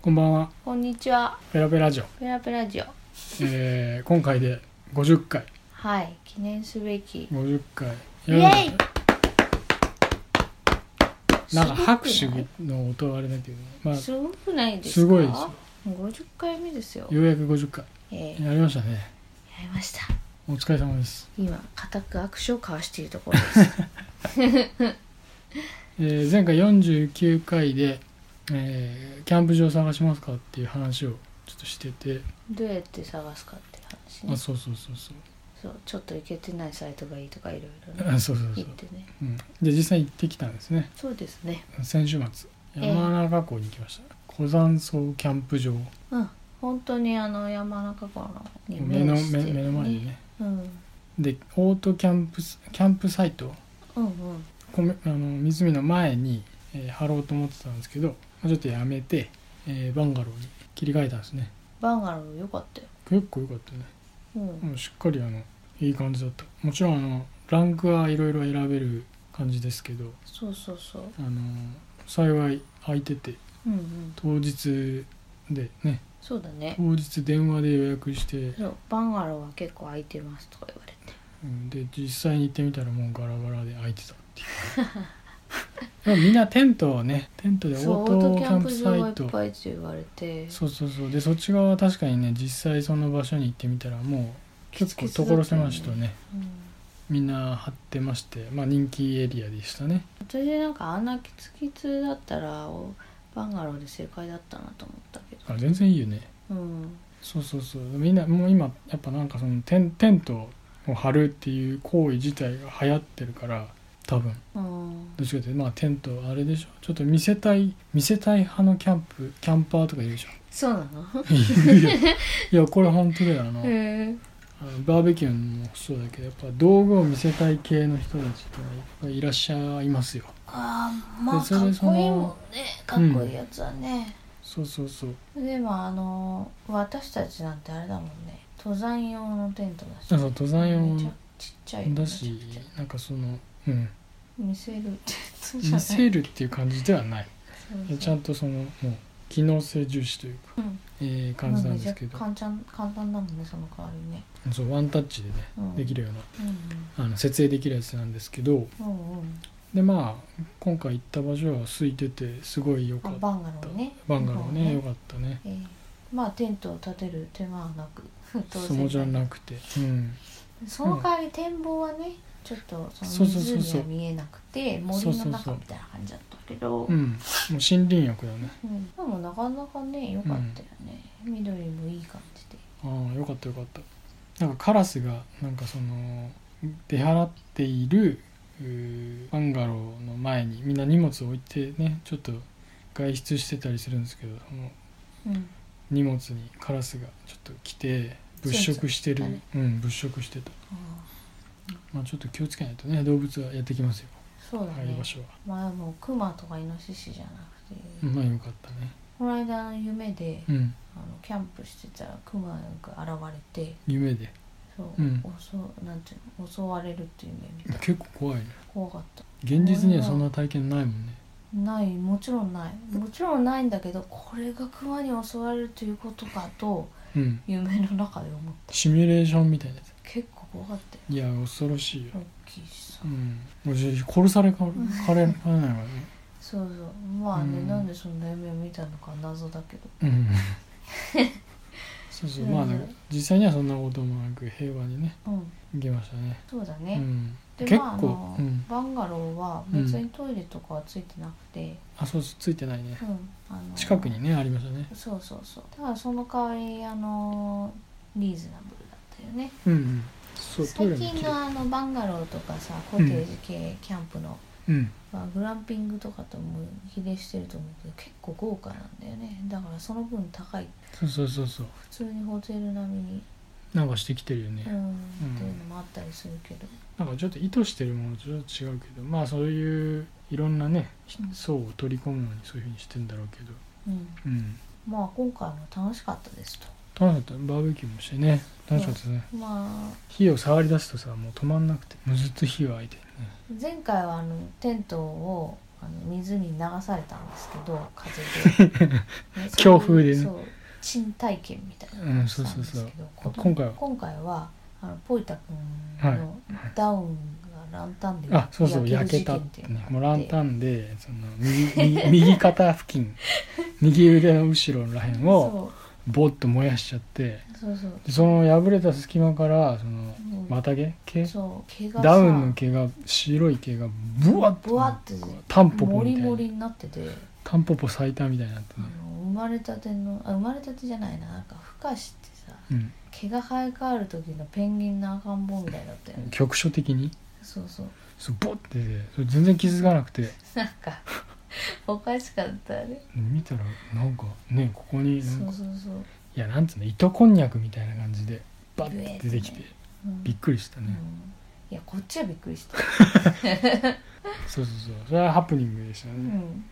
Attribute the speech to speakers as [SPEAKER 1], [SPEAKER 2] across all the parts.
[SPEAKER 1] こんばんは。
[SPEAKER 2] こんにちは。
[SPEAKER 1] ペラペ ラジオ。
[SPEAKER 2] ペラペラジオ。
[SPEAKER 1] えー、今回で50回。
[SPEAKER 2] はい、記念すべき。
[SPEAKER 1] 50回。
[SPEAKER 2] イエイ。
[SPEAKER 1] なんか拍手の音はあれだけど、まあ、
[SPEAKER 2] すごくないですか。
[SPEAKER 1] すごいですよ。
[SPEAKER 2] 五十回目ですよ。
[SPEAKER 1] ようやく50回。
[SPEAKER 2] えー、や
[SPEAKER 1] やりましたね。
[SPEAKER 2] りました。
[SPEAKER 1] お疲れ様です。
[SPEAKER 2] 今、固く握手を交わしていると ころです。
[SPEAKER 1] えー、前回49回で、えー、キャンプ場探しますかっていう話をちょっとしてて、
[SPEAKER 2] どうやって探すかって話
[SPEAKER 1] あ、
[SPEAKER 2] ね。
[SPEAKER 1] そうそうそうそう。
[SPEAKER 2] そう、ちょっと行けてないサイトがいいとか、いろいろね。
[SPEAKER 1] あそうそうそ
[SPEAKER 2] 言
[SPEAKER 1] う
[SPEAKER 2] っ。てね。
[SPEAKER 1] うん、で、実際行ってきたんですね。
[SPEAKER 2] そうですね。
[SPEAKER 1] 先週末。山中湖に行きました。火山草キャンプ場。
[SPEAKER 2] うん。本当にあの山中湖のに
[SPEAKER 1] 目の
[SPEAKER 2] 面してる
[SPEAKER 1] 目
[SPEAKER 2] ね
[SPEAKER 1] 目の前にね。
[SPEAKER 2] うん
[SPEAKER 1] でオートキャンプスキャンプサイト
[SPEAKER 2] うんうん
[SPEAKER 1] こめあの湖の前に、えー張ろうと思ってたんですけど、まあちょっとやめて、えーバンガローに切り替えたんですね
[SPEAKER 2] バンガロー良かったよ
[SPEAKER 1] 結構良かったね
[SPEAKER 2] うん
[SPEAKER 1] もうしっかりあのいい感じだったもちろんあのランクはいろいろ選べる感じですけど
[SPEAKER 2] そうそうそう
[SPEAKER 1] あの幸い空いてて
[SPEAKER 2] うんうん
[SPEAKER 1] 当日でね
[SPEAKER 2] そうだね
[SPEAKER 1] 当日電話で予約して、
[SPEAKER 2] そうバンガローは結構空いてますとか言われて
[SPEAKER 1] うん、で実際に行ってみたらもうガラガラで空いてたっていう でもみんなテントをねテントでオ
[SPEAKER 2] そうオ
[SPEAKER 1] ー
[SPEAKER 2] ー
[SPEAKER 1] ト
[SPEAKER 2] ト
[SPEAKER 1] キ
[SPEAKER 2] キ
[SPEAKER 1] ャ
[SPEAKER 2] ャ
[SPEAKER 1] ン
[SPEAKER 2] ン
[SPEAKER 1] プ
[SPEAKER 2] プ
[SPEAKER 1] サ
[SPEAKER 2] 場がい
[SPEAKER 1] イ
[SPEAKER 2] っ
[SPEAKER 1] ト
[SPEAKER 2] ぱいって言われて
[SPEAKER 1] そうそうそうでそっち側は確かにね実際その場所に行ってみたらもう結構所狭しとね
[SPEAKER 2] うん
[SPEAKER 1] みんな張ってましてまあ人気エリアでしたね
[SPEAKER 2] 私なんかあんなキツキツだったらおバンガローで正解だったなと思ったけど
[SPEAKER 1] あ全然いいよね
[SPEAKER 2] うん
[SPEAKER 1] そうそうそうみんなもう今やっぱなんかそのテンテントを張るっていう行為自体が流行ってるから多分
[SPEAKER 2] うん
[SPEAKER 1] どっちかというとまあテントあれでしょちょっと見せたい見せたい派のキャンプキャンパーとかいるで しょ
[SPEAKER 2] そうなの
[SPEAKER 1] いるよいやこれ本当だよあの,、
[SPEAKER 2] へえ
[SPEAKER 1] あのバーベキューもそうだけどやっぱ道具を見せたい系の人たちってのはいっぱいいらっしゃいますよ
[SPEAKER 2] ああまあ
[SPEAKER 1] で
[SPEAKER 2] か
[SPEAKER 1] それ
[SPEAKER 2] っこいい
[SPEAKER 1] でその
[SPEAKER 2] もんねかっこいいやつはね、
[SPEAKER 1] そうそうそう
[SPEAKER 2] でもあの私たちなんてあれだもんね登山用のテントだし
[SPEAKER 1] あそう登山用
[SPEAKER 2] めちゃちっちゃいよね
[SPEAKER 1] だし
[SPEAKER 2] めちゃくちゃ
[SPEAKER 1] なんかそのうん
[SPEAKER 2] 見せるテントじゃ
[SPEAKER 1] 見
[SPEAKER 2] ない
[SPEAKER 1] せるっていう感じではない
[SPEAKER 2] そうそう
[SPEAKER 1] ちゃんとそのもう機能性重視というか、
[SPEAKER 2] うん
[SPEAKER 1] えー感じなんですけど
[SPEAKER 2] まあめちゃ簡単簡単だもんねその代わりね。
[SPEAKER 1] そうワンタッチでね
[SPEAKER 2] うん
[SPEAKER 1] できるよう
[SPEAKER 2] うん
[SPEAKER 1] なあの設営できるやつなんですけど、
[SPEAKER 2] うんうんうん。
[SPEAKER 1] でまあ今回行った場所は空いててすごい良
[SPEAKER 2] あ
[SPEAKER 1] かった
[SPEAKER 2] バンガローね。
[SPEAKER 1] バンガローね良
[SPEAKER 2] うん。
[SPEAKER 1] かったね
[SPEAKER 2] えーまあテントを建てる手間はなく当
[SPEAKER 1] そうもちろん
[SPEAKER 2] 然。
[SPEAKER 1] なくて、うん、
[SPEAKER 2] その代わり展望はねちょっとそ
[SPEAKER 1] そう
[SPEAKER 2] の
[SPEAKER 1] そうそうそう
[SPEAKER 2] 湖は見えなくて森の中みたいな感じだったけど。
[SPEAKER 1] うん、もう森林浴だよね
[SPEAKER 2] うんでもなかなかね良かったよね、緑もいい感じで
[SPEAKER 1] ああ良かった良かったなんかカラスがなんかその出払っているうーバンガローの前にみんな荷物を置いてねちょっと外出してたりするんですけどその
[SPEAKER 2] うん
[SPEAKER 1] 荷物にカラスがちょっと来て物色して
[SPEAKER 2] そう
[SPEAKER 1] るうん物色してた、
[SPEAKER 2] あ
[SPEAKER 1] まあ、ちょっと気をつけないとね動物はやってきますよ
[SPEAKER 2] ーそうだ
[SPEAKER 1] ああいう
[SPEAKER 2] ね
[SPEAKER 1] 場所は。
[SPEAKER 2] まあもうクマとかイノシシじゃなくて、
[SPEAKER 1] まあよかったね。
[SPEAKER 2] この間の夢で
[SPEAKER 1] うん。
[SPEAKER 2] あのキャンプしてたらクマが現れて
[SPEAKER 1] 夢で。
[SPEAKER 2] そう、
[SPEAKER 1] うん
[SPEAKER 2] 襲うなんていうの襲われるっていう夢見た
[SPEAKER 1] 結構怖いね。
[SPEAKER 2] 怖かった
[SPEAKER 1] 現実にはそんな体験ないもんね。
[SPEAKER 2] ないもちろんないもちろんないんだけどこれがクマに襲われるということかと
[SPEAKER 1] うん。
[SPEAKER 2] 夢の中で思った
[SPEAKER 1] シミュレーションみたいなやつ。
[SPEAKER 2] 結構怖かったよ
[SPEAKER 1] いや、恐ろしいよ
[SPEAKER 2] ロ。ッキーさ
[SPEAKER 1] うん。もうじゃあ殺されか、かれ、かれないわね。
[SPEAKER 2] そうそうまあね、
[SPEAKER 1] うん
[SPEAKER 2] なんでそんな夢を見たのか謎だけど
[SPEAKER 1] うん。そうそう。まあ、だから実際にはそんなこともなく平和にね、
[SPEAKER 2] うん
[SPEAKER 1] 行けましたね。
[SPEAKER 2] そうだ
[SPEAKER 1] う
[SPEAKER 2] ね、
[SPEAKER 1] ん。
[SPEAKER 2] で
[SPEAKER 1] 結
[SPEAKER 2] まああ
[SPEAKER 1] 構
[SPEAKER 2] の、、
[SPEAKER 1] うん。
[SPEAKER 2] バンガローは別にトイレとかはついてなくて、
[SPEAKER 1] あ、そうそう、ついてないね
[SPEAKER 2] う。んあの
[SPEAKER 1] 近くにね、ありましたね。
[SPEAKER 2] そうそうそうだからその代わりあのリーズナブルだったよね
[SPEAKER 1] うんうん。そう、トイレ
[SPEAKER 2] 最
[SPEAKER 1] も綺
[SPEAKER 2] 近の
[SPEAKER 1] 麗。
[SPEAKER 2] あのバンガローとかさコテージ系キャンプの、
[SPEAKER 1] うん。
[SPEAKER 2] まあ、グランピングとかとも比例してると思うけど結構豪華なんだよねだからその分高い
[SPEAKER 1] そうそうそうそう。
[SPEAKER 2] 普通にホテル並みに、
[SPEAKER 1] なんかしてきてるよね。
[SPEAKER 2] うん
[SPEAKER 1] うん
[SPEAKER 2] っていうのもあったりするけど
[SPEAKER 1] なんかちょっと意図してるものとちょっと違うけどまあそういういろんなね
[SPEAKER 2] うん
[SPEAKER 1] 層を取り込むのにそういうふうにしてんだろうけど
[SPEAKER 2] うん
[SPEAKER 1] うん
[SPEAKER 2] まあ今回も楽しかったですと
[SPEAKER 1] 楽しかったバーベキューもしてね楽しかったですね
[SPEAKER 2] まあ
[SPEAKER 1] 火を触り出すとさもう止まんなくてもうずっと火は開いてるね
[SPEAKER 2] 前回はあのテントをあの水に流されたんですけ ど風で、ね
[SPEAKER 1] 強風でね
[SPEAKER 2] そういうそう珍体験みたいな
[SPEAKER 1] うん
[SPEAKER 2] し
[SPEAKER 1] そう
[SPEAKER 2] たん
[SPEAKER 1] そう
[SPEAKER 2] です
[SPEAKER 1] そ
[SPEAKER 2] け
[SPEAKER 1] う
[SPEAKER 2] ど
[SPEAKER 1] 今回は
[SPEAKER 2] 今回はあのポイタ君のダウンがランタンで
[SPEAKER 1] あそうそう焼け
[SPEAKER 2] る
[SPEAKER 1] た
[SPEAKER 2] 事件
[SPEAKER 1] ってて
[SPEAKER 2] いうのがあ
[SPEAKER 1] ね
[SPEAKER 2] って
[SPEAKER 1] もうランタンでその右右 右肩付近右腕の後ろらへんをボッと燃やしちゃって
[SPEAKER 2] そうそうそう
[SPEAKER 1] でその破れた隙間からその
[SPEAKER 2] もう
[SPEAKER 1] またげ毛
[SPEAKER 2] そう毛がさ
[SPEAKER 1] ダウンの毛が白い毛がブワッと
[SPEAKER 2] ブワッて
[SPEAKER 1] タンポポ
[SPEAKER 2] モ
[SPEAKER 1] み
[SPEAKER 2] リ
[SPEAKER 1] たいな
[SPEAKER 2] モリになってて
[SPEAKER 1] タンポポ咲いたみたいになって
[SPEAKER 2] あ
[SPEAKER 1] ね
[SPEAKER 2] の、生まれたてのあ生まれたてじゃないななんか孵化してさ
[SPEAKER 1] うん、
[SPEAKER 2] 毛が生え変わる時のペンギンの赤ん坊みたいだったよね
[SPEAKER 1] 局所的に
[SPEAKER 2] そうそう
[SPEAKER 1] そうボッてそれ全然気づかなくて
[SPEAKER 2] なんか おかしかったね
[SPEAKER 1] 見たらなんかねここに
[SPEAKER 2] そ
[SPEAKER 1] なん
[SPEAKER 2] う
[SPEAKER 1] か
[SPEAKER 2] そうそう、
[SPEAKER 1] いやなんつうの糸こんにゃくみたいな感じでバ
[SPEAKER 2] ブエ
[SPEAKER 1] ッ
[SPEAKER 2] ってて
[SPEAKER 1] 出てきて
[SPEAKER 2] ねうん
[SPEAKER 1] びっくりしたね、
[SPEAKER 2] うんいやこっちはびっくりした、
[SPEAKER 1] そうそうそうそれはハプニングでした
[SPEAKER 2] う
[SPEAKER 1] ね、
[SPEAKER 2] ん、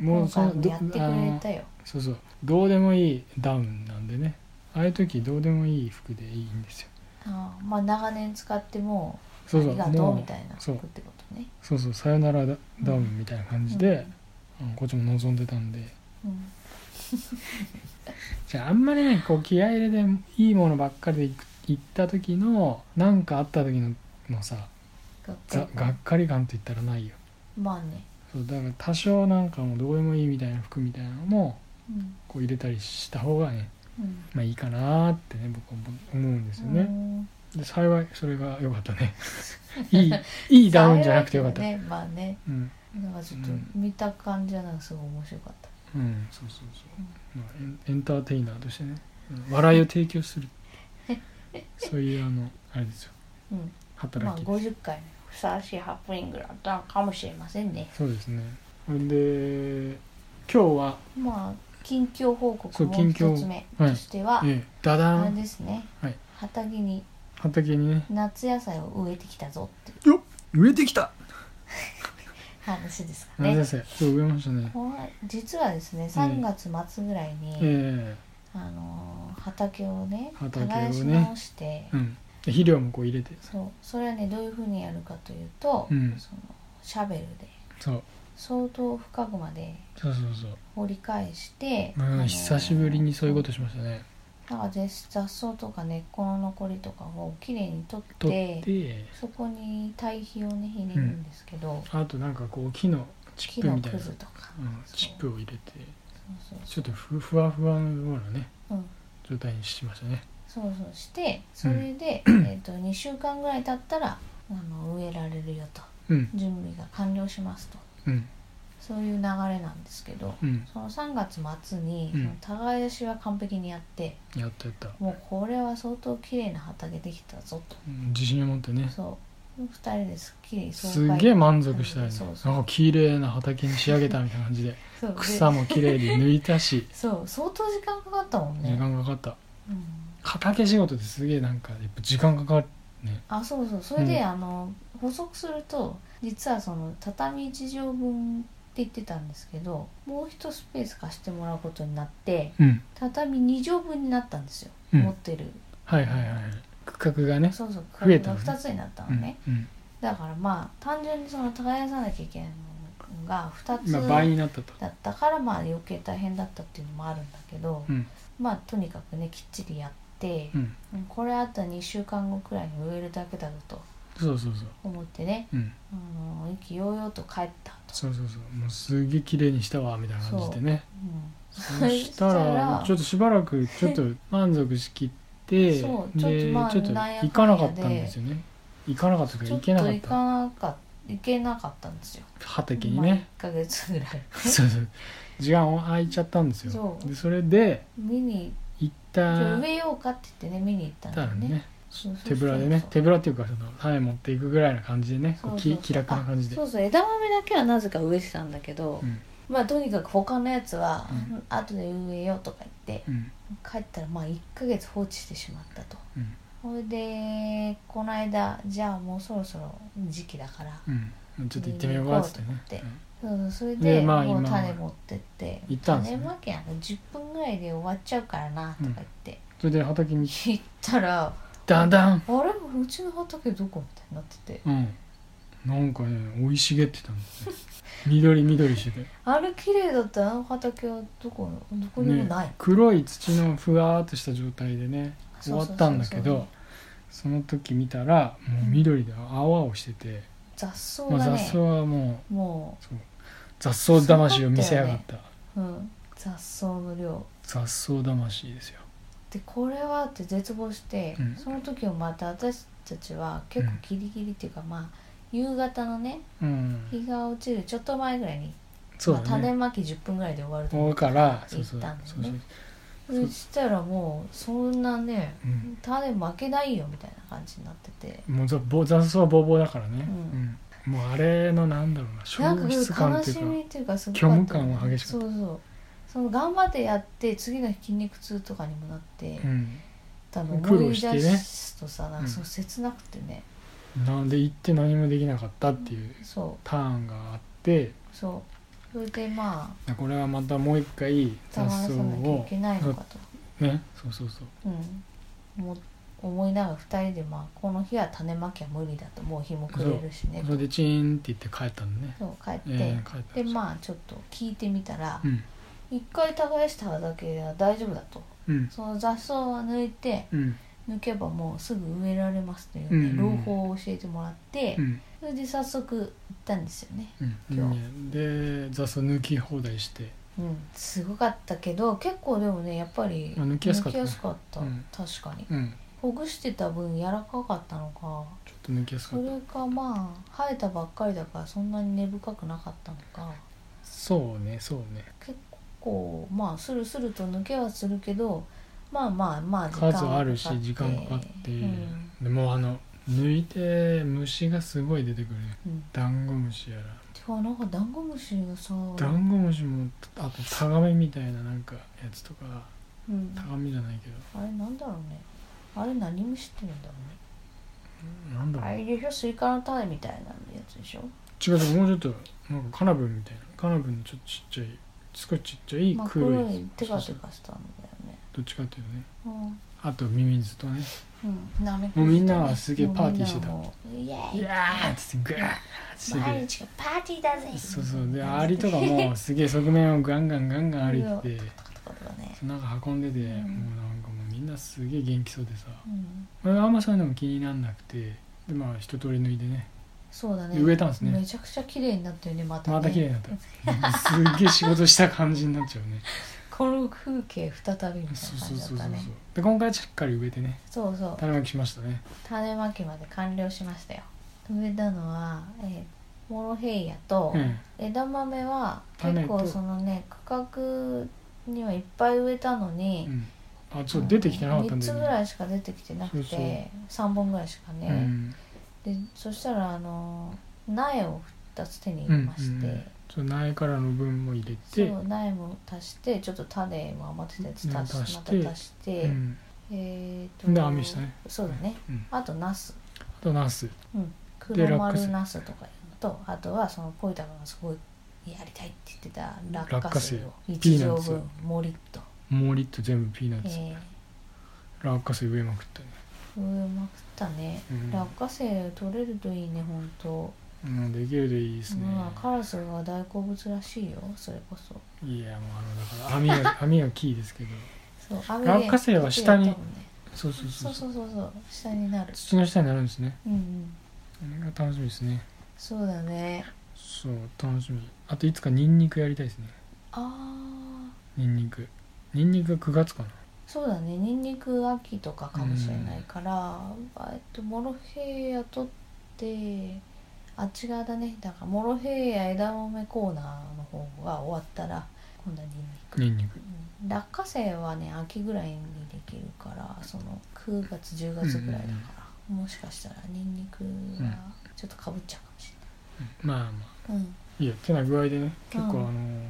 [SPEAKER 1] うんも
[SPEAKER 2] 今
[SPEAKER 1] うそ
[SPEAKER 2] 回
[SPEAKER 1] の
[SPEAKER 2] も
[SPEAKER 1] ど
[SPEAKER 2] やってく
[SPEAKER 1] あ
[SPEAKER 2] れ
[SPEAKER 1] の
[SPEAKER 2] たよ
[SPEAKER 1] そうそうどうでもいいダウンなんでねああいう時どうでもいい服でいいんですよ
[SPEAKER 2] ああまあ長年使っても
[SPEAKER 1] そうそ
[SPEAKER 2] あ
[SPEAKER 1] う
[SPEAKER 2] りが
[SPEAKER 1] で
[SPEAKER 2] とう
[SPEAKER 1] も
[SPEAKER 2] みたいな
[SPEAKER 1] そう
[SPEAKER 2] 服ってことね
[SPEAKER 1] そうそうさよならダダウンみたいな感じで、うんこっちも望んでたんで
[SPEAKER 2] うんうん
[SPEAKER 1] じゃああんまりねこう気合い入れでいいものばっかりで行く行った時のなんかあった時ののさ
[SPEAKER 2] がっかり
[SPEAKER 1] ざがっかり感と言ったらないよ
[SPEAKER 2] まあね、
[SPEAKER 1] そうだから多少なんかもうどうでもいいみたいな服みたいなのも
[SPEAKER 2] うん
[SPEAKER 1] こう入れたりした方がね
[SPEAKER 2] うん、
[SPEAKER 1] まあいいかなーってね僕は思うんですよ
[SPEAKER 2] う
[SPEAKER 1] ね、
[SPEAKER 2] ん
[SPEAKER 1] で幸いそれが良かった ねいいいいダウンじゃなくてよかった、
[SPEAKER 2] 幸いだねまあね
[SPEAKER 1] うん
[SPEAKER 2] なんかちょっと
[SPEAKER 1] うん
[SPEAKER 2] 見た感じはなんかすごい面白かった、
[SPEAKER 1] うんそうそうそう、まあ、エンエンターテイナーとしてねうん笑いを提供 するそういうあのあれですよ
[SPEAKER 2] うんま
[SPEAKER 1] 働
[SPEAKER 2] あ
[SPEAKER 1] きです、
[SPEAKER 2] 50回にふさわしいハプニングだったのかもしれませんね
[SPEAKER 1] そうですねほんで今日は、
[SPEAKER 2] まあ近況報
[SPEAKER 1] そ
[SPEAKER 2] 告
[SPEAKER 1] う
[SPEAKER 2] も
[SPEAKER 1] 近
[SPEAKER 2] う
[SPEAKER 1] 況
[SPEAKER 2] 一つ目としては、
[SPEAKER 1] ええ、ダダ
[SPEAKER 2] あれ
[SPEAKER 1] ン
[SPEAKER 2] ですね、
[SPEAKER 1] はい
[SPEAKER 2] 畑に
[SPEAKER 1] 畑にね
[SPEAKER 2] 夏野菜を植えてきたぞっていう
[SPEAKER 1] 植えてきた
[SPEAKER 2] 話ですか
[SPEAKER 1] 夏
[SPEAKER 2] ね
[SPEAKER 1] 野菜そう植えましたね
[SPEAKER 2] これ実はですね3月末ぐらいに、
[SPEAKER 1] え
[SPEAKER 2] あのー畑をね
[SPEAKER 1] 畑をね
[SPEAKER 2] 耕し直して、
[SPEAKER 1] えうんで肥料もこう入れて
[SPEAKER 2] そうそれはねどういうふうにやるかというと、
[SPEAKER 1] うん
[SPEAKER 2] そのシャベルで
[SPEAKER 1] そう
[SPEAKER 2] 相当深くまで
[SPEAKER 1] そうそうそう
[SPEAKER 2] 掘り返して、
[SPEAKER 1] うん
[SPEAKER 2] あのー
[SPEAKER 1] 久しぶりにそういうことしましたね
[SPEAKER 2] なんか雑雑草とか根っこの残りとかをきれいに取って
[SPEAKER 1] 取って
[SPEAKER 2] そこに堆肥をね入れるんですけど、
[SPEAKER 1] あとなんかこう木のチ
[SPEAKER 2] 木
[SPEAKER 1] ップ
[SPEAKER 2] の
[SPEAKER 1] みたい
[SPEAKER 2] く
[SPEAKER 1] な、
[SPEAKER 2] ずとか、
[SPEAKER 1] うん、チップを入れて
[SPEAKER 2] そう
[SPEAKER 1] ち
[SPEAKER 2] そ
[SPEAKER 1] ょっ
[SPEAKER 2] う
[SPEAKER 1] とふふわふわのようなね
[SPEAKER 2] そう,、うん、
[SPEAKER 1] 状態にしましたね
[SPEAKER 2] そうそうしてそれで、えー、と2週間ぐらい経ったらあの植えられるよと
[SPEAKER 1] うん
[SPEAKER 2] 準備が完了しますと
[SPEAKER 1] うん
[SPEAKER 2] そういう流れなんですけど
[SPEAKER 1] うん
[SPEAKER 2] その3月末に、
[SPEAKER 1] うん
[SPEAKER 2] その耕しは完璧にやって
[SPEAKER 1] やったやった、
[SPEAKER 2] もうこれは相当綺麗な畑できたぞと
[SPEAKER 1] うん、自信を持ってね
[SPEAKER 2] そう2人ですっきり爽
[SPEAKER 1] す
[SPEAKER 2] 快
[SPEAKER 1] げえ満足したよね
[SPEAKER 2] そうそう
[SPEAKER 1] なんか綺麗な畑に仕上げたみたいな感じで
[SPEAKER 2] そうで
[SPEAKER 1] 草も綺麗に抜いたし
[SPEAKER 2] そう相当時間かかったもんね、
[SPEAKER 1] 時間かかった
[SPEAKER 2] うん、
[SPEAKER 1] 畑仕事ってすげえなんかやっぱ時間かかる
[SPEAKER 2] あそうそうそれで、
[SPEAKER 1] うん
[SPEAKER 2] あの補足すると実はその畳1畳分って言ってたんですけどもう一スペース貸してもらうことになって
[SPEAKER 1] うん
[SPEAKER 2] 畳2畳分になったんですよ、
[SPEAKER 1] うん
[SPEAKER 2] 持ってる
[SPEAKER 1] はいはいはい区画がね
[SPEAKER 2] そうそう
[SPEAKER 1] 増えたのね
[SPEAKER 2] 2つになったの
[SPEAKER 1] う
[SPEAKER 2] ね、
[SPEAKER 1] ん、うん
[SPEAKER 2] だからまあ単純にその耕さなきゃいけないのが2
[SPEAKER 1] まあ、倍
[SPEAKER 2] つ
[SPEAKER 1] になったと
[SPEAKER 2] だったからまあ余計大変だったっていうのもあるんだけど、
[SPEAKER 1] うん
[SPEAKER 2] まあとにかくねきっちりやって
[SPEAKER 1] う、ん
[SPEAKER 2] これあと2週間後くらいに植えるだけだろうと
[SPEAKER 1] そうそうそう
[SPEAKER 2] 思ってね、
[SPEAKER 1] うん
[SPEAKER 2] あの意気揚々と帰ったと。
[SPEAKER 1] そうそうそうもうすげえ綺麗にしたわみたいな感じでね
[SPEAKER 2] うん
[SPEAKER 1] そ
[SPEAKER 2] そう
[SPEAKER 1] した
[SPEAKER 2] そした
[SPEAKER 1] ら
[SPEAKER 2] ら
[SPEAKER 1] ちょっとしばらくちょっ と満足しきって
[SPEAKER 2] そう
[SPEAKER 1] で
[SPEAKER 2] ちょっとまあ
[SPEAKER 1] ちょっと
[SPEAKER 2] なんやかん
[SPEAKER 1] 行かな
[SPEAKER 2] やで
[SPEAKER 1] かったんですよね行かなかったという
[SPEAKER 2] ち
[SPEAKER 1] か
[SPEAKER 2] ょ
[SPEAKER 1] 行
[SPEAKER 2] っと
[SPEAKER 1] けなか
[SPEAKER 2] 行
[SPEAKER 1] った
[SPEAKER 2] かなかった行けなかったんですよ。
[SPEAKER 1] 畑に
[SPEAKER 2] まあ
[SPEAKER 1] ね、
[SPEAKER 2] 1ヶ月ぐらい
[SPEAKER 1] そうそう時間を空いちゃったんですよ
[SPEAKER 2] そう
[SPEAKER 1] でそれで
[SPEAKER 2] 見に
[SPEAKER 1] 行っ
[SPEAKER 2] ちょ
[SPEAKER 1] た
[SPEAKER 2] 植えようかって言ってね見に行ったんだ
[SPEAKER 1] たの
[SPEAKER 2] よね。
[SPEAKER 1] ね
[SPEAKER 2] そうそうそう
[SPEAKER 1] 手ぶらでね手ぶらっていうかその種持っていくぐらいな感じでねこう
[SPEAKER 2] そうそう
[SPEAKER 1] き
[SPEAKER 2] そう
[SPEAKER 1] 気楽な感じで
[SPEAKER 2] あそうそう枝豆だけはなぜか植えてたんだけど、
[SPEAKER 1] うん
[SPEAKER 2] まあとにかく他のやつは、
[SPEAKER 1] うん
[SPEAKER 2] 後で植えようとか言って
[SPEAKER 1] うん
[SPEAKER 2] 帰ったらまあ1ヶ月放置してしまったと
[SPEAKER 1] うん
[SPEAKER 2] ほいでこの間じゃあもうそろそろ時期だから
[SPEAKER 1] うんちょっと行ってみようかっつってね
[SPEAKER 2] で
[SPEAKER 1] うん
[SPEAKER 2] そうそうそれで
[SPEAKER 1] でまあ
[SPEAKER 2] もう
[SPEAKER 1] 今
[SPEAKER 2] 種持ってって
[SPEAKER 1] 行ったんですね
[SPEAKER 2] 種まきなんか10分ぐらいで終わっちゃうからなとか言って、
[SPEAKER 1] それで畑に
[SPEAKER 2] 行ったら「
[SPEAKER 1] ダンダン
[SPEAKER 2] あれうちの畑どこ?」みたいになってて
[SPEAKER 1] うんなんかね生い茂ってたんですね緑緑してて
[SPEAKER 2] あれ綺麗だったあの畑はどこどこにもない、
[SPEAKER 1] 黒い土のふわーっとした状態でね終
[SPEAKER 2] そう
[SPEAKER 1] わ
[SPEAKER 2] そうそうそう
[SPEAKER 1] ったんだけどその時見たらもう緑で青々してて、
[SPEAKER 2] 雑草
[SPEAKER 1] もう
[SPEAKER 2] が
[SPEAKER 1] 雑
[SPEAKER 2] ね
[SPEAKER 1] 草はも
[SPEAKER 2] も
[SPEAKER 1] うそう雑草魂を見せやがった
[SPEAKER 2] う、うん、雑草の量
[SPEAKER 1] 雑草魂ですよ
[SPEAKER 2] でこれはって絶望して、
[SPEAKER 1] うん
[SPEAKER 2] その時もまた私たちは結構ギリギリっていうか、まあ夕方のね
[SPEAKER 1] うん
[SPEAKER 2] 日が落ちるちょっと前ぐらいに、
[SPEAKER 1] そう
[SPEAKER 2] まあ、
[SPEAKER 1] だ
[SPEAKER 2] 種
[SPEAKER 1] ね
[SPEAKER 2] まき10分ぐらいで終わると思
[SPEAKER 1] だ
[SPEAKER 2] う
[SPEAKER 1] からそう
[SPEAKER 2] 行
[SPEAKER 1] そ
[SPEAKER 2] っ
[SPEAKER 1] う
[SPEAKER 2] たんだよ
[SPEAKER 1] そうそう
[SPEAKER 2] ねそしたらもうそんなね
[SPEAKER 1] うん
[SPEAKER 2] 種まけないよみたいな感じになってて
[SPEAKER 1] もうざぼ雑草はボーボーだからね、
[SPEAKER 2] うん
[SPEAKER 1] うんもうあれのなんだろうな
[SPEAKER 2] なんか
[SPEAKER 1] 消失感
[SPEAKER 2] 悲
[SPEAKER 1] っていう
[SPEAKER 2] し
[SPEAKER 1] か
[SPEAKER 2] みっていうかすご
[SPEAKER 1] 虚
[SPEAKER 2] か
[SPEAKER 1] 無
[SPEAKER 2] ったよね、
[SPEAKER 1] 感は激しかっ
[SPEAKER 2] そうそうその頑張ってやって次の日筋肉痛とかにもなって、
[SPEAKER 1] うん、
[SPEAKER 2] 多分
[SPEAKER 1] 苦
[SPEAKER 2] 思
[SPEAKER 1] 労
[SPEAKER 2] い
[SPEAKER 1] してね
[SPEAKER 2] 出すとさなん
[SPEAKER 1] うん
[SPEAKER 2] かそう切なくてね、
[SPEAKER 1] なんで行って何もできなかったっていう
[SPEAKER 2] そ
[SPEAKER 1] ターンがあって
[SPEAKER 2] うそうそれでまあ
[SPEAKER 1] これはまたもう一回
[SPEAKER 2] た
[SPEAKER 1] 雑
[SPEAKER 2] まら
[SPEAKER 1] 草
[SPEAKER 2] さなきゃい
[SPEAKER 1] を
[SPEAKER 2] けないのかと、
[SPEAKER 1] ねそうそうそう
[SPEAKER 2] うん、も思いながら2人で、まあ、この日は種まきは無理だともう日も暮れるしね
[SPEAKER 1] それでチーンって言って帰ったのね、
[SPEAKER 2] そう帰って、
[SPEAKER 1] えー、帰った
[SPEAKER 2] でまあちょっと聞いてみたら
[SPEAKER 1] あうん
[SPEAKER 2] 一回耕した畑は大丈夫だと
[SPEAKER 1] うん
[SPEAKER 2] その雑草は抜いて
[SPEAKER 1] うん
[SPEAKER 2] 抜けばもうすぐ植えられますというね、
[SPEAKER 1] うん
[SPEAKER 2] 朗報を教えてもらって、
[SPEAKER 1] うん
[SPEAKER 2] それで早速行ったんですよね
[SPEAKER 1] うん、で雑草抜き放題して
[SPEAKER 2] うんすごかったけど結構でもねやっぱり
[SPEAKER 1] あ抜きやすかったね
[SPEAKER 2] かった
[SPEAKER 1] うん
[SPEAKER 2] 確かに
[SPEAKER 1] うん
[SPEAKER 2] ほぐしてた分柔らかかったの
[SPEAKER 1] ち
[SPEAKER 2] か
[SPEAKER 1] ょっと抜きやすか
[SPEAKER 2] そ
[SPEAKER 1] っ
[SPEAKER 2] れ
[SPEAKER 1] た
[SPEAKER 2] かまあ生えたばっかりだからそんなに根深くなかったのか
[SPEAKER 1] そうねそうね
[SPEAKER 2] 結構まあスルスルと抜けはするけどまあまあまあ時間は
[SPEAKER 1] 数あるし時間かかって、
[SPEAKER 2] うん
[SPEAKER 1] でもうあの抜いて虫がすごい出てくるね
[SPEAKER 2] うん、
[SPEAKER 1] ダンゴムシやら
[SPEAKER 2] てかなんかダンゴムシがさ、
[SPEAKER 1] ダンゴムシもあとタガメみたいななんかやつとか
[SPEAKER 2] うん、
[SPEAKER 1] タガメじゃないけど
[SPEAKER 2] あれなんだろうねあれ何虫って言うんだろうね
[SPEAKER 1] なんだ
[SPEAKER 2] あ
[SPEAKER 1] ろう
[SPEAKER 2] れでしょスイカの種みたいなやつでしょ
[SPEAKER 1] 違う違うもうちょっとなんかカナブンみたいなカナブンのちょっとちっちゃい少しちっちゃい
[SPEAKER 2] まあ、
[SPEAKER 1] 黒い,、
[SPEAKER 2] 黒いテカテカしたんだよね
[SPEAKER 1] どっちかっていうとね
[SPEAKER 2] うん
[SPEAKER 1] あとミミズとね
[SPEAKER 2] うん、なめ
[SPEAKER 1] もうみんなはすげえパーティーしてた
[SPEAKER 2] もうみんなはもう
[SPEAKER 1] い
[SPEAKER 2] イエ
[SPEAKER 1] やーっつってグワーッつって
[SPEAKER 2] ーイ
[SPEAKER 1] く
[SPEAKER 2] 毎
[SPEAKER 1] る
[SPEAKER 2] 日がパーティーだぜ
[SPEAKER 1] そうそうでアリとかもすげえ側面をガンガンガンガン歩いてて
[SPEAKER 2] とかとかとかね、
[SPEAKER 1] なんか運んでて、
[SPEAKER 2] ん
[SPEAKER 1] もうなんかもうみんなすげえ元気そうでさ
[SPEAKER 2] うん、
[SPEAKER 1] 俺はあんまそういうのも気になんなくてでまあ一通り抜いてね
[SPEAKER 2] そうだね
[SPEAKER 1] 植えたんですね
[SPEAKER 2] めちゃくちゃ綺麗になったよねまたね
[SPEAKER 1] また綺麗になったすっげえ仕事した感じになっ ちゃうね
[SPEAKER 2] この風景再びみたいな
[SPEAKER 1] そうそう
[SPEAKER 2] 感じだ
[SPEAKER 1] そ
[SPEAKER 2] っ
[SPEAKER 1] うそうそ
[SPEAKER 2] た
[SPEAKER 1] う
[SPEAKER 2] ね
[SPEAKER 1] で今回はしっかり植えてね
[SPEAKER 2] そうそう
[SPEAKER 1] 種まきしましたね
[SPEAKER 2] 種まきまで完了しましたよ植えたのは、えーモロヘイヤと、
[SPEAKER 1] うん
[SPEAKER 2] 枝豆は
[SPEAKER 1] 種
[SPEAKER 2] 結
[SPEAKER 1] と
[SPEAKER 2] 構そのね区画にはいっぱい植えたのに、
[SPEAKER 1] うんあそう出てきてなかったんだよ
[SPEAKER 2] 3
[SPEAKER 1] ね
[SPEAKER 2] つぐらいしか出てきてなく
[SPEAKER 1] そうそう
[SPEAKER 2] て三3本ぐらいしか
[SPEAKER 1] う
[SPEAKER 2] ね、
[SPEAKER 1] ん
[SPEAKER 2] でそしたらあの苗を2つ手に入れまして、
[SPEAKER 1] うんうんそう苗からの分も入れて
[SPEAKER 2] そう苗も足してちょっと種も余ってたやつ足し
[SPEAKER 1] うん
[SPEAKER 2] ま
[SPEAKER 1] 足して
[SPEAKER 2] 足して、
[SPEAKER 1] うん、
[SPEAKER 2] えーと
[SPEAKER 1] で網したね
[SPEAKER 2] そうだね、
[SPEAKER 1] うん
[SPEAKER 2] あとナス
[SPEAKER 1] あとナス
[SPEAKER 2] うん、
[SPEAKER 1] で
[SPEAKER 2] 黒
[SPEAKER 1] ラックス
[SPEAKER 2] 丸ナスとかいうのとあとはそのポイタがすごいやりたいって言ってた落花生を
[SPEAKER 1] 落花生
[SPEAKER 2] 一錠
[SPEAKER 1] ピーナッ
[SPEAKER 2] 分盛りと、
[SPEAKER 1] もうリット全部ピーナッ
[SPEAKER 2] え
[SPEAKER 1] ツ、
[SPEAKER 2] ー、
[SPEAKER 1] 落花生植えまくったね
[SPEAKER 2] 植えまくったね、
[SPEAKER 1] うん
[SPEAKER 2] 落花生取れるといいねほんと、
[SPEAKER 1] うんできるといいですね、
[SPEAKER 2] まあカラスが大好物らしいよそれこそ
[SPEAKER 1] いやもうあのだから網 が網がキーですけど
[SPEAKER 2] そう雨で
[SPEAKER 1] 落花生は下に
[SPEAKER 2] 溶けたもんね
[SPEAKER 1] そうそうそ
[SPEAKER 2] そうう
[SPEAKER 1] そう
[SPEAKER 2] そうそうそう下になる
[SPEAKER 1] 土の下になるんですね
[SPEAKER 2] うんうん
[SPEAKER 1] あれが楽しみですね
[SPEAKER 2] そうだね
[SPEAKER 1] そう楽しみあといつかニンニクやりたいですね
[SPEAKER 2] あー
[SPEAKER 1] ニンニクニンニク9月かな
[SPEAKER 2] そうだねにんにく秋とかかもしれないから、えっとモロヘイヤ取ってあっち側だねだからモロヘイヤ枝豆コーナーの方が終わったら今度はにんにく、
[SPEAKER 1] ニンニク
[SPEAKER 2] うん落花生はね秋ぐらいにできるからその9月10月ぐらいだから、もしかしたらにんにく
[SPEAKER 1] うん
[SPEAKER 2] はちょっとかぶっちゃうかもし
[SPEAKER 1] まあまあ
[SPEAKER 2] れない、うん
[SPEAKER 1] いいや手な具合でね結構、
[SPEAKER 2] うん
[SPEAKER 1] あのー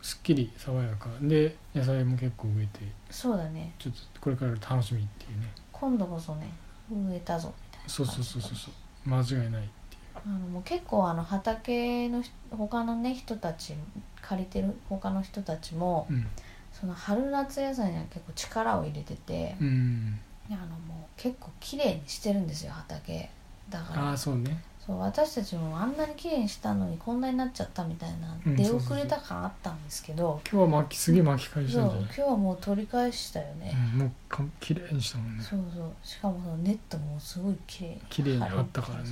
[SPEAKER 1] すっきり爽やかで野菜も結構植えて
[SPEAKER 2] そうだね
[SPEAKER 1] ちょっとこれから楽しみっていうね
[SPEAKER 2] 今度こそね植えたぞみたいな感じ
[SPEAKER 1] そうそうそうそうそう間違いないってい
[SPEAKER 2] あのもう結構あの畑のひ他のね人たち借りてる他の人たちも
[SPEAKER 1] ううん
[SPEAKER 2] その春夏野菜には結構力を入れてて、
[SPEAKER 1] うん
[SPEAKER 2] あのもう結構綺麗にしてるんですよ畑だか
[SPEAKER 1] あ
[SPEAKER 2] ら
[SPEAKER 1] あそうね
[SPEAKER 2] そう私たちもあんなに綺麗にしたのにこんなになっちゃったみたいな
[SPEAKER 1] うん
[SPEAKER 2] 出
[SPEAKER 1] そうそうそ
[SPEAKER 2] 遅
[SPEAKER 1] う
[SPEAKER 2] れた感あったんですけど、
[SPEAKER 1] 今日は巻きすげえ巻き返し
[SPEAKER 2] そ
[SPEAKER 1] た
[SPEAKER 2] うん
[SPEAKER 1] じゃない
[SPEAKER 2] 今日はもう取り返したよね、
[SPEAKER 1] うん、もうか綺麗にしたもんね
[SPEAKER 2] そうそうしかもそのネットもすごい綺麗に
[SPEAKER 1] 綺麗に貼ったからね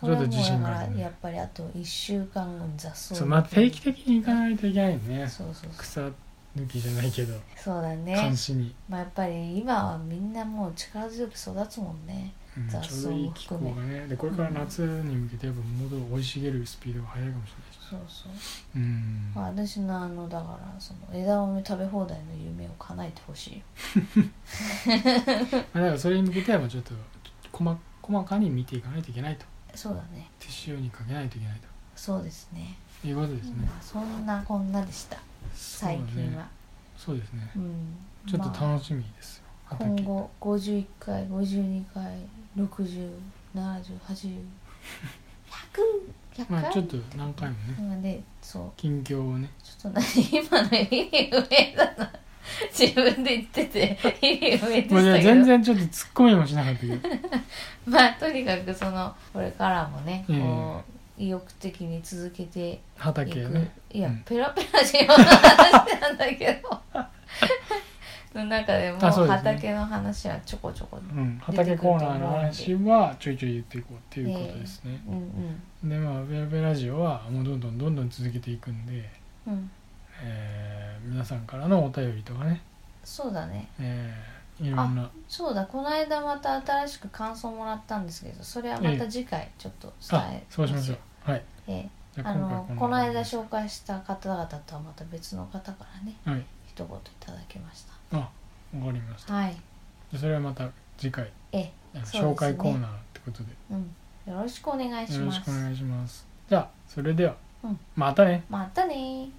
[SPEAKER 2] これはもう
[SPEAKER 1] ちょっと自信
[SPEAKER 2] だか
[SPEAKER 1] があ
[SPEAKER 2] ら
[SPEAKER 1] るね
[SPEAKER 2] やっぱりあと1週間後に雑草
[SPEAKER 1] そうまあ定期的に行かないといけないね
[SPEAKER 2] そうそうそう
[SPEAKER 1] 草抜きじゃないけど
[SPEAKER 2] そうだね
[SPEAKER 1] 監視に、
[SPEAKER 2] まあやっぱり今はみんなもう力強く育つもんね
[SPEAKER 1] うん、
[SPEAKER 2] 雑
[SPEAKER 1] ちょう
[SPEAKER 2] 草
[SPEAKER 1] どいい
[SPEAKER 2] も
[SPEAKER 1] 気候
[SPEAKER 2] 含め
[SPEAKER 1] がねでこれから夏に向けてやっぱ戻る生い茂るスピードが速いかもし
[SPEAKER 2] そうそう、
[SPEAKER 1] れないしうん
[SPEAKER 2] まあ、私のあのだからその枝豆食べ放題の夢を叶えてほしいよ
[SPEAKER 1] まあ、だからそれに向けてはもうちょっと細細かに見ていかないといけないと
[SPEAKER 2] そうだね
[SPEAKER 1] 手塩にかけないといけない
[SPEAKER 2] そうですね、
[SPEAKER 1] ということですね、
[SPEAKER 2] まあ、そんなこんなでした
[SPEAKER 1] そう
[SPEAKER 2] 最
[SPEAKER 1] ね
[SPEAKER 2] 近は
[SPEAKER 1] そうですね
[SPEAKER 2] うん
[SPEAKER 1] ちょっと
[SPEAKER 2] ま
[SPEAKER 1] 楽しみですよ、
[SPEAKER 2] あ、
[SPEAKER 1] 畑
[SPEAKER 2] 今後51回52回 607080100100
[SPEAKER 1] まあちょっ
[SPEAKER 2] 回
[SPEAKER 1] と何回もね
[SPEAKER 2] なのでそう
[SPEAKER 1] 近況をね
[SPEAKER 2] ちょっと何今の意味不明だな自分で言ってて意味不明で
[SPEAKER 1] まあ、
[SPEAKER 2] したけど
[SPEAKER 1] 全然ちょっと突っ込みもしなかったけど
[SPEAKER 2] まあとにかくそのこれからもねこう、
[SPEAKER 1] うん
[SPEAKER 2] 意欲的に続けてい
[SPEAKER 1] 畑
[SPEAKER 2] く、
[SPEAKER 1] ね
[SPEAKER 2] いや、
[SPEAKER 1] うん
[SPEAKER 2] ペラペラしような話なんだけどの中でも
[SPEAKER 1] あそうですね
[SPEAKER 2] 畑の話はちょこちょこ
[SPEAKER 1] うん、畑コーナーの話はちょいちょい言っていこうっていうことですね、
[SPEAKER 2] うんうん
[SPEAKER 1] でまあ「ベラベラジオ」はもうどんどんどんどん続けていくんで、
[SPEAKER 2] うん
[SPEAKER 1] えー皆さんからのお便りとかね、
[SPEAKER 2] そうだね
[SPEAKER 1] えーいろんな
[SPEAKER 2] そうだこの間また新しく感想もらったんですけどそれはまた次回ちょっと伝
[SPEAKER 1] あ
[SPEAKER 2] え
[SPEAKER 1] そうしましょうはい
[SPEAKER 2] え
[SPEAKER 1] じ
[SPEAKER 2] え
[SPEAKER 1] ゃ
[SPEAKER 2] あの
[SPEAKER 1] んな
[SPEAKER 2] この間
[SPEAKER 1] 感じで
[SPEAKER 2] 紹介した方々とはまた別の方からね
[SPEAKER 1] はい
[SPEAKER 2] 一言いただきまし
[SPEAKER 1] あわかりました
[SPEAKER 2] たはい
[SPEAKER 1] でそれはまた次回
[SPEAKER 2] ええ
[SPEAKER 1] あの
[SPEAKER 2] そうですね
[SPEAKER 1] 紹介コーナーってことで
[SPEAKER 2] うんよろしくお願いし
[SPEAKER 1] よろ
[SPEAKER 2] ま
[SPEAKER 1] し
[SPEAKER 2] す
[SPEAKER 1] くお願いしますじゃあそれでは、
[SPEAKER 2] うん
[SPEAKER 1] またね
[SPEAKER 2] またねー